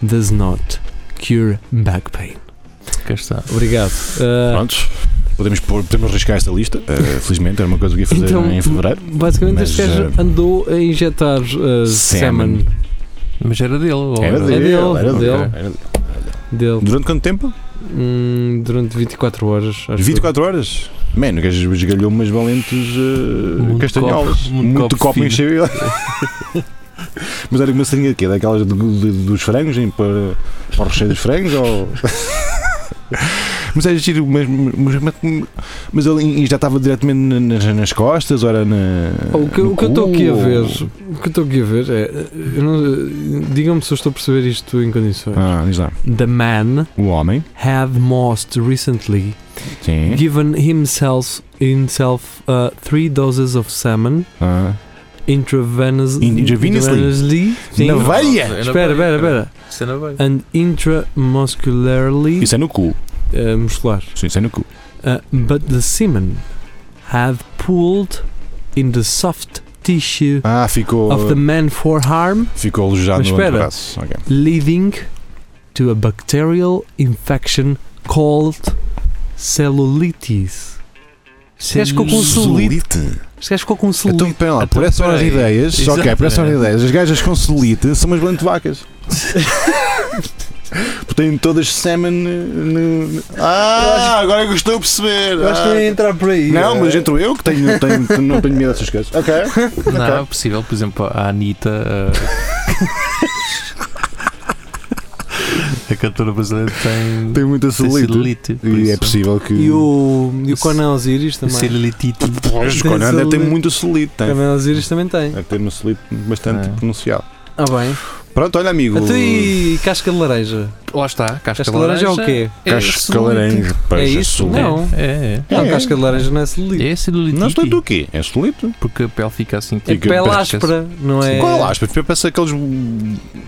[SPEAKER 3] does not cure back pain.
[SPEAKER 5] Cá está.
[SPEAKER 3] Obrigado. Uh,
[SPEAKER 4] Prontos. Podemos, pôr, podemos arriscar esta lista. eh, felizmente, era uma coisa que ia fazer
[SPEAKER 3] Então,
[SPEAKER 4] em fevereiro.
[SPEAKER 3] basicamente,
[SPEAKER 4] Mas,
[SPEAKER 3] este gajo
[SPEAKER 4] eh,
[SPEAKER 3] andou a injetar uh, semen
[SPEAKER 4] semen.
[SPEAKER 5] Mas era dele. ou
[SPEAKER 4] Era dele.
[SPEAKER 3] dele,
[SPEAKER 4] era
[SPEAKER 3] dele.
[SPEAKER 4] Era dele.
[SPEAKER 3] dele
[SPEAKER 4] Durante quanto tempo?
[SPEAKER 3] hum, durante 24 horas. Acho
[SPEAKER 4] 24 horas? Mano, o gajo esgalhou umas valentes
[SPEAKER 3] Um
[SPEAKER 4] eh,
[SPEAKER 5] Muito
[SPEAKER 4] castanholas.
[SPEAKER 5] copo, muito
[SPEAKER 4] muito
[SPEAKER 5] copo
[SPEAKER 4] copo
[SPEAKER 5] fino.
[SPEAKER 4] encheu. [LAUGHS] Mas era uma seringa de quê? Daquelas do- do- dos frangos em- para, para o recheio dos frangos? Ou... [LAUGHS] mas era giro, mas, mas, mas- mas ele já estava diretamente na- nas, nas costas ou era na.
[SPEAKER 3] eu. O que,
[SPEAKER 4] no
[SPEAKER 3] o que eu estou aqui a
[SPEAKER 4] cu,
[SPEAKER 3] ver,
[SPEAKER 4] ou-
[SPEAKER 3] o que eu estou aqui a ver é, eu não- digam-me se eu estou a perceber isto em condições.
[SPEAKER 4] Ah, diz lá.
[SPEAKER 3] The man
[SPEAKER 4] O homem.
[SPEAKER 3] had most recently
[SPEAKER 4] Sim.
[SPEAKER 3] given himself himself uh, three doses of salmon
[SPEAKER 4] Ah.
[SPEAKER 3] intravenous,
[SPEAKER 4] In- intravenously?
[SPEAKER 3] intravenously, sim.
[SPEAKER 4] Na veia!
[SPEAKER 3] Espera, espera, espera.
[SPEAKER 5] Isso não vai.
[SPEAKER 3] And intramuscularly
[SPEAKER 4] Isso é no cu.
[SPEAKER 3] uh, muscular.
[SPEAKER 4] Sim, isso é no cu.
[SPEAKER 3] Uh, but the semen had pooled in the soft tissue
[SPEAKER 4] Ah, ficou.
[SPEAKER 3] of the man forearm,
[SPEAKER 4] Ficou alojado
[SPEAKER 3] Mas
[SPEAKER 4] no
[SPEAKER 3] espera.
[SPEAKER 4] antebraço. Ok.
[SPEAKER 3] leading to a bacterial infection called cellulitis. Este gajo ficou com celulite. Este gajo ficou com celulite.
[SPEAKER 4] Então, espera lá,
[SPEAKER 5] Então,
[SPEAKER 4] por essas horas de
[SPEAKER 5] peraí.
[SPEAKER 4] ideias,
[SPEAKER 5] Exato.
[SPEAKER 4] ok, por essas horas de ideias, as gajas com solite são umas [LAUGHS] valentevacas. Porque têm todas semen eh, no. no- Ah, agora é que eu estou a perceber. Ah.
[SPEAKER 3] entrar por aí.
[SPEAKER 4] Não, mas entro eu que tenho, tenho- não tenho medo dessas coisas. Ok.
[SPEAKER 5] Não, é possível, por exemplo, a Anitta. uh,
[SPEAKER 4] [LAUGHS]
[SPEAKER 5] A... a cantora brasileira tem.
[SPEAKER 4] Tenho muita
[SPEAKER 5] tem
[SPEAKER 4] solite.
[SPEAKER 5] celulite, por
[SPEAKER 4] E é
[SPEAKER 5] isso.
[SPEAKER 4] possível que.
[SPEAKER 3] [LAUGHS] E o, e o Conan Osiris também.
[SPEAKER 5] Celulitite.
[SPEAKER 4] Pois, o
[SPEAKER 3] Tem
[SPEAKER 4] Conan deve ter
[SPEAKER 3] celulite.
[SPEAKER 4] muita solite. É
[SPEAKER 3] O Conan Osiris também tem.
[SPEAKER 4] Deve ter uma solite bastante
[SPEAKER 5] É.
[SPEAKER 4] pronunciada.
[SPEAKER 3] Ah, bem.
[SPEAKER 4] Pronto, olha, amigo.
[SPEAKER 3] Até Então, e casca de laranja.
[SPEAKER 5] Lá está, casca,
[SPEAKER 3] Casca de laranja é o quê?
[SPEAKER 4] Casca laranja. Pois,
[SPEAKER 3] É isso?
[SPEAKER 4] solite.
[SPEAKER 3] Não.
[SPEAKER 5] É, é.
[SPEAKER 3] Não,
[SPEAKER 4] É.
[SPEAKER 3] casca de laranja não é celulite.
[SPEAKER 5] É celulite.
[SPEAKER 4] Não, solite o quê? É solite.
[SPEAKER 5] Porque a pele fica assim.
[SPEAKER 3] É
[SPEAKER 4] Fica-
[SPEAKER 3] pele
[SPEAKER 5] parece-
[SPEAKER 3] áspera, não é?
[SPEAKER 4] Qual é lá? Aspas, eu penso aqueles,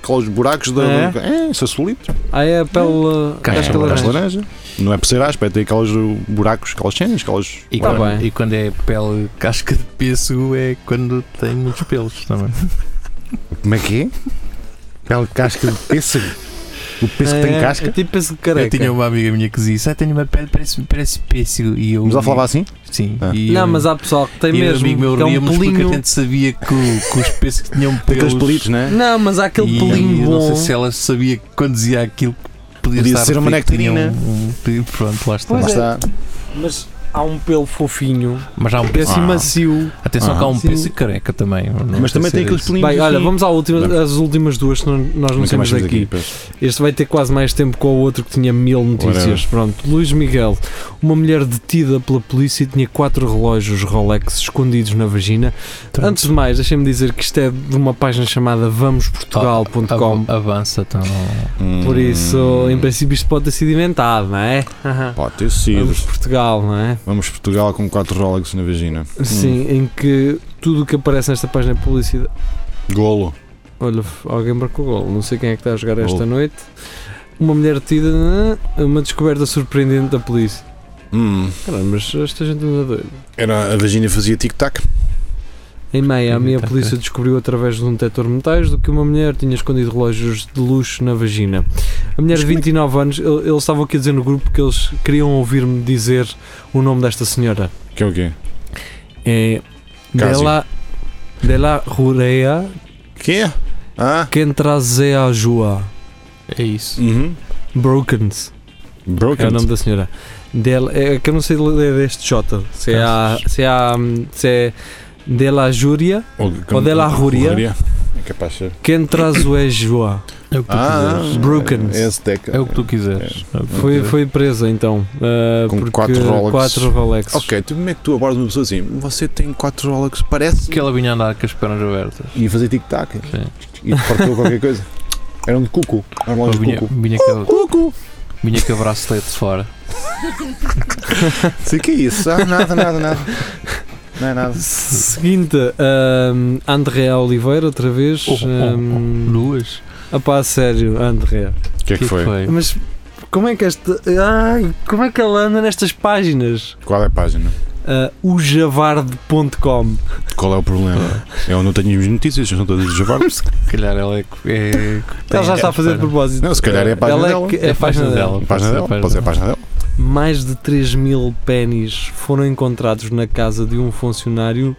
[SPEAKER 4] aqueles buracos da. É, isso é solito.
[SPEAKER 3] Ah, é a pele uh,
[SPEAKER 5] Casca
[SPEAKER 3] casca
[SPEAKER 4] é,
[SPEAKER 3] de laranja.
[SPEAKER 4] laranja. Não é por ser aspas, é ter aqueles buracos, aquelas cenas, aqueles.
[SPEAKER 5] E,
[SPEAKER 3] Tá
[SPEAKER 5] quando,
[SPEAKER 3] bem.
[SPEAKER 5] e quando é pele casca de pêssego é quando tem muitos pelos tá também.
[SPEAKER 4] Como é que é? Pele casca de pêssego. O
[SPEAKER 3] É, É tipo pêssego careca.
[SPEAKER 5] Eu tinha uma amiga minha que dizia: ah, tenho uma pele, parece, parece pêssego. E eu,
[SPEAKER 4] Mas ela falava assim?
[SPEAKER 5] Sim.
[SPEAKER 4] Ah.
[SPEAKER 5] E eu-
[SPEAKER 3] Não, mas há pessoal que tem
[SPEAKER 5] e
[SPEAKER 3] mesmo.
[SPEAKER 5] Um amigo meu
[SPEAKER 3] que é um
[SPEAKER 5] ríamos porque a
[SPEAKER 3] pelinho.
[SPEAKER 5] gente sabia que, o- que os pêssegos tinham pelos.
[SPEAKER 4] [LAUGHS] Aqueles pelitos, né?
[SPEAKER 3] Não, mas há aquele
[SPEAKER 5] e
[SPEAKER 3] pelinho
[SPEAKER 5] Não
[SPEAKER 3] bom.
[SPEAKER 5] sei se ela sabia que quando dizia aquilo que podia,
[SPEAKER 4] Podia
[SPEAKER 5] estar
[SPEAKER 4] ser uma
[SPEAKER 5] feito, tinha
[SPEAKER 4] nectarina.
[SPEAKER 5] Um, um- pronto, lá está.
[SPEAKER 3] Pois
[SPEAKER 4] Lá
[SPEAKER 3] é.
[SPEAKER 4] está.
[SPEAKER 3] Mas há um pelo fofinho.
[SPEAKER 5] Mas há um
[SPEAKER 3] É assim
[SPEAKER 4] Ah.
[SPEAKER 3] macio.
[SPEAKER 5] Atenção, que há um
[SPEAKER 3] Sim.
[SPEAKER 5] pêssego careca também. não
[SPEAKER 4] Mas
[SPEAKER 5] sei
[SPEAKER 4] também
[SPEAKER 5] se
[SPEAKER 4] tem
[SPEAKER 5] é
[SPEAKER 4] aqueles
[SPEAKER 5] isso.
[SPEAKER 4] pelinhos.
[SPEAKER 3] Bem, olha,
[SPEAKER 4] assim.
[SPEAKER 3] vamos à última,
[SPEAKER 4] Bem.
[SPEAKER 3] às últimas duas, senão nós não
[SPEAKER 4] Nunca mais
[SPEAKER 3] temos
[SPEAKER 4] vimos
[SPEAKER 3] daqui.
[SPEAKER 4] pois.
[SPEAKER 3] Este vai ter quase mais tempo que o outro que tinha mil notícias.
[SPEAKER 4] Whatever.
[SPEAKER 3] Pronto, Luís Miguel, uma mulher detida pela polícia tinha quatro relógios Rolex escondidos na vagina.
[SPEAKER 5] Pronto.
[SPEAKER 3] Antes de mais, deixem-me dizer que isto é de uma página chamada vamosportugal.com.
[SPEAKER 5] Av- Avança, então. não-
[SPEAKER 3] Por
[SPEAKER 4] Hum,
[SPEAKER 3] isso, em princípio, isto pode ter sido inventado, não é? Aham.
[SPEAKER 4] Pode ter sido.
[SPEAKER 3] Vamos Portugal, não é?
[SPEAKER 4] Vamos Portugal com quatro Rolex na vagina.
[SPEAKER 3] Sim, em que tudo o que aparece nesta página é publicidade.
[SPEAKER 4] Golo.
[SPEAKER 3] Olha, f- alguém marcou gol. Não sei quem é que está a jogar esta
[SPEAKER 4] Golo.
[SPEAKER 3] noite. Uma mulher detida, né? uma descoberta surpreendente da polícia.
[SPEAKER 4] Hum.
[SPEAKER 3] Caramba, mas esta gente não é doida.
[SPEAKER 4] Era, a vagina fazia tic-tac.
[SPEAKER 3] Em Miami, a
[SPEAKER 5] Tá,
[SPEAKER 3] polícia
[SPEAKER 5] tá.
[SPEAKER 3] descobriu através de um detector de metais do que uma mulher tinha escondido relógios de luxo na vagina. A mulher de 29 anos, ele- eles estavam aqui a dizer no grupo que eles queriam ouvir-me dizer o nome desta senhora.
[SPEAKER 4] Que é o quê?
[SPEAKER 3] é
[SPEAKER 4] Cásio.
[SPEAKER 3] Della, della Rurea
[SPEAKER 4] Quê? Ah?
[SPEAKER 3] Kentraze a Jua.
[SPEAKER 5] É isso.
[SPEAKER 4] Uhum.
[SPEAKER 3] Brokens é
[SPEAKER 4] Broken.
[SPEAKER 3] o nome da senhora. Dela, é que eu não sei ler este J. Se é a. Se é a. Se é Della Júria
[SPEAKER 4] Ou,
[SPEAKER 3] dela Arruria.
[SPEAKER 4] É capaz de ser.
[SPEAKER 3] Kentrazoe Jua.
[SPEAKER 5] É o que tu
[SPEAKER 4] Ah,
[SPEAKER 5] quiseres.
[SPEAKER 3] Brokens.
[SPEAKER 4] É Azteca.
[SPEAKER 5] É o que tu quiseres. É o que tu
[SPEAKER 3] Foi,
[SPEAKER 5] quiseres.
[SPEAKER 3] foi presa então. ah,
[SPEAKER 4] Com
[SPEAKER 3] porque
[SPEAKER 4] quatro Rolex.
[SPEAKER 3] quatro Rolex.
[SPEAKER 4] Ok, tu como é que tu abordas uma pessoa assim? Você tem quatro Rolex, parece.
[SPEAKER 5] Que ela vinha andar com as pernas abertas.
[SPEAKER 4] E fazer tic-tac.
[SPEAKER 5] Sim.
[SPEAKER 4] E te partiu qualquer coisa. Era um de cuco. Era um
[SPEAKER 5] Ela
[SPEAKER 4] relógio de
[SPEAKER 5] vinha,
[SPEAKER 4] cuco.
[SPEAKER 5] vinha, com,
[SPEAKER 4] Cuco!
[SPEAKER 5] vinha com o bracelete de fora.
[SPEAKER 4] Sei que é isso. Ah, nada, nada, nada. Não é nada.
[SPEAKER 3] Seguinte, ahm, André Oliveira, outra vez. Ah,
[SPEAKER 5] Oh, oh, oh.
[SPEAKER 3] ahm,
[SPEAKER 5] Duas?
[SPEAKER 3] Apá, sério, André.
[SPEAKER 4] O que é
[SPEAKER 5] O que é que foi?
[SPEAKER 3] Mas como é que esta. Ai, como é que ela anda nestas páginas?
[SPEAKER 4] Qual é a página?
[SPEAKER 3] Ah, ujavarde.com.
[SPEAKER 4] Qual é o problema? Eu não tenho as notícias, são todas de Javar.
[SPEAKER 5] Se calhar ela é. é tem-
[SPEAKER 3] Ela já está a fazer de propósito.
[SPEAKER 4] Não, se calhar é a página
[SPEAKER 3] Ela
[SPEAKER 4] dela.
[SPEAKER 3] que- É a página dela.
[SPEAKER 4] A página dela? Pode ser a página dela.
[SPEAKER 3] Mais de 3 mil pênis foram encontrados na casa de um funcionário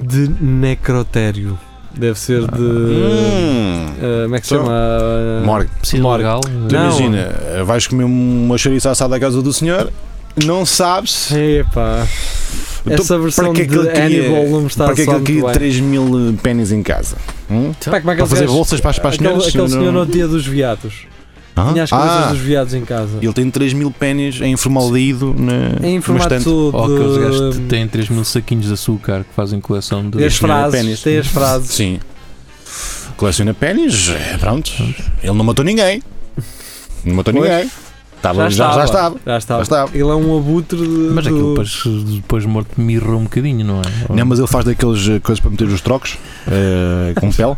[SPEAKER 3] de necrotério. Deve ser de. ah, como é que se
[SPEAKER 4] Só-
[SPEAKER 3] chama? Ah,
[SPEAKER 4] Morgue.
[SPEAKER 5] Sim,
[SPEAKER 3] Morgue.
[SPEAKER 5] legal.
[SPEAKER 4] Hum. Tu
[SPEAKER 3] Não.
[SPEAKER 4] imagina, vais comer uma chouriça assada à casa do senhor, não sabes.
[SPEAKER 3] Epá.
[SPEAKER 4] Então,
[SPEAKER 3] Essa versão
[SPEAKER 4] para que é que
[SPEAKER 3] de
[SPEAKER 4] ele queria-
[SPEAKER 3] Hannibal não me está
[SPEAKER 4] Para que é que
[SPEAKER 3] só
[SPEAKER 4] ele queria
[SPEAKER 3] muito bem.
[SPEAKER 4] 3 mil eh, pênis em casa? Hum?
[SPEAKER 3] Pá, como é que
[SPEAKER 4] Para
[SPEAKER 3] ele
[SPEAKER 4] fazer
[SPEAKER 3] fez?
[SPEAKER 4] bolsas para as, para as
[SPEAKER 3] Aquele,
[SPEAKER 4] senhoras?
[SPEAKER 3] aquele
[SPEAKER 4] Não-
[SPEAKER 3] senhor no dia dos viados.
[SPEAKER 4] Ah?
[SPEAKER 3] Tinha as coisas
[SPEAKER 4] Ah,
[SPEAKER 3] dos viados em casa.
[SPEAKER 4] Ele tem 3 mil pênis em formaldeído na.
[SPEAKER 3] Em formato de...
[SPEAKER 5] Ou Oh, aqueles gajos
[SPEAKER 3] um,
[SPEAKER 5] que têm 3 mil saquinhos de açúcar que fazem coleção de.
[SPEAKER 3] As frases,
[SPEAKER 4] pênis.
[SPEAKER 3] tem as frases.
[SPEAKER 4] Sim. Coleciona pênis, eh, pronto. Ele não matou ninguém. Não matou
[SPEAKER 3] Pois.
[SPEAKER 4] ninguém. Estava, Ah, já, já estava.
[SPEAKER 3] Já estava.
[SPEAKER 4] Já estava.
[SPEAKER 3] Ele é um abutre de.
[SPEAKER 5] Mas
[SPEAKER 3] do-
[SPEAKER 5] aquilo depois, depois morto mirra um bocadinho, não é?
[SPEAKER 4] Não, mas ele faz daqueles eh, coisas para meter os trocos eh, com pele.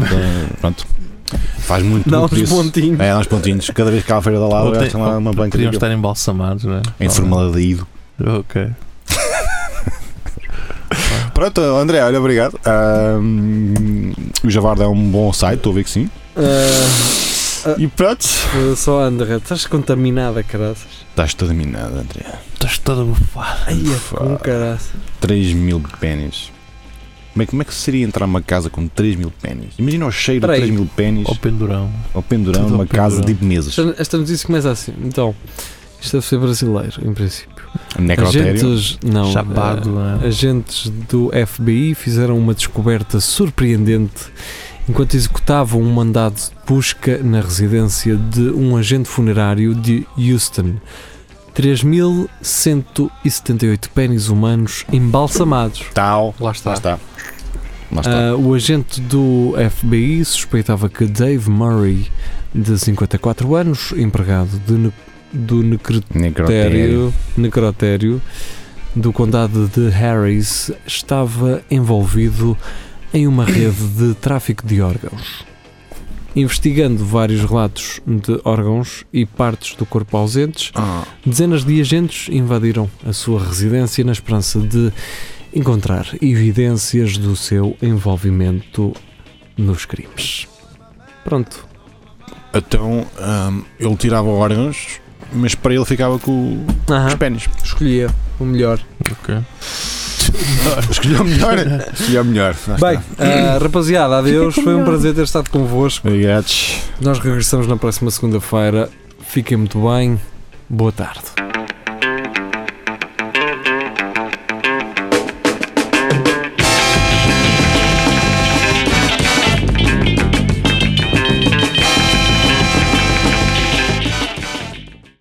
[SPEAKER 4] Eh, pronto. Faz muito,
[SPEAKER 3] Dá
[SPEAKER 4] muito
[SPEAKER 3] uns
[SPEAKER 4] isso.
[SPEAKER 3] pontinhos.
[SPEAKER 4] É, dá uns pontinhos. Cada vez que há a feira da lava,
[SPEAKER 5] Ou tem-
[SPEAKER 4] gastam lá é uma banca
[SPEAKER 5] Poderiam
[SPEAKER 4] daquilo.
[SPEAKER 5] estar embalsamados, não é?
[SPEAKER 4] Em formaldeído.
[SPEAKER 5] Ok.
[SPEAKER 4] Pronto, André, olha, obrigado. Ahm, o Javarda é um bom site, estou a ver que sim.
[SPEAKER 3] Ah,
[SPEAKER 4] E pronto.
[SPEAKER 3] só André, estás contaminada, caraças.
[SPEAKER 4] Estás toda minada, André.
[SPEAKER 5] Estás toda bufada.
[SPEAKER 3] Ai, é
[SPEAKER 4] Ufa.
[SPEAKER 3] com caraças.
[SPEAKER 4] 3 mil pênis. Como é, como é que seria entrar numa casa com 3 mil pênis? Imagina o cheiro de
[SPEAKER 3] Peraí.
[SPEAKER 4] 3 mil pênis
[SPEAKER 5] Ao pendurão.
[SPEAKER 4] ao pendurão
[SPEAKER 5] Tudo ao
[SPEAKER 4] numa casa
[SPEAKER 5] pendurão.
[SPEAKER 4] de tipo meses.
[SPEAKER 3] Esta- Esta notícia começa assim. Então, isto deve ser brasileiro, em princípio.
[SPEAKER 4] Necrotério.
[SPEAKER 3] Agentes. Não. eh,
[SPEAKER 5] Chapado, não é?
[SPEAKER 3] Agentes do FBI fizeram uma descoberta surpreendente enquanto executavam um mandado de busca na residência de um agente funerário de Houston. 3.178 pênis humanos embalsamados.
[SPEAKER 4] Tal.
[SPEAKER 5] Lá
[SPEAKER 4] Lá
[SPEAKER 5] está.
[SPEAKER 4] está. Lá está.
[SPEAKER 3] Ah, o agente do FBI suspeitava que Dave Murray, de 54 anos, empregado de ne- do necrotério,
[SPEAKER 4] Necrotério.
[SPEAKER 3] necrotério do condado de Harris, estava envolvido em uma rede de tráfico de órgãos. Investigando vários relatos de órgãos e partes do corpo ausentes,
[SPEAKER 4] Ah,
[SPEAKER 3] Dezenas de agentes invadiram a sua residência na esperança de encontrar evidências do seu envolvimento nos crimes. Pronto.
[SPEAKER 4] então ahm, ele tirava órgãos, mas para ele ficava com os
[SPEAKER 3] Aham,
[SPEAKER 4] pênis.
[SPEAKER 3] escolhia o melhor.
[SPEAKER 4] Escolheu o melhor. Escolheu o melhor. Lá
[SPEAKER 3] Bem,
[SPEAKER 4] está.
[SPEAKER 3] ah, rapaziada, adeus. Foi um prazer ter estado convosco.
[SPEAKER 4] Obrigados.
[SPEAKER 3] Nós regressamos na próxima segunda-feira. Fiquem muito bem. Boa tarde.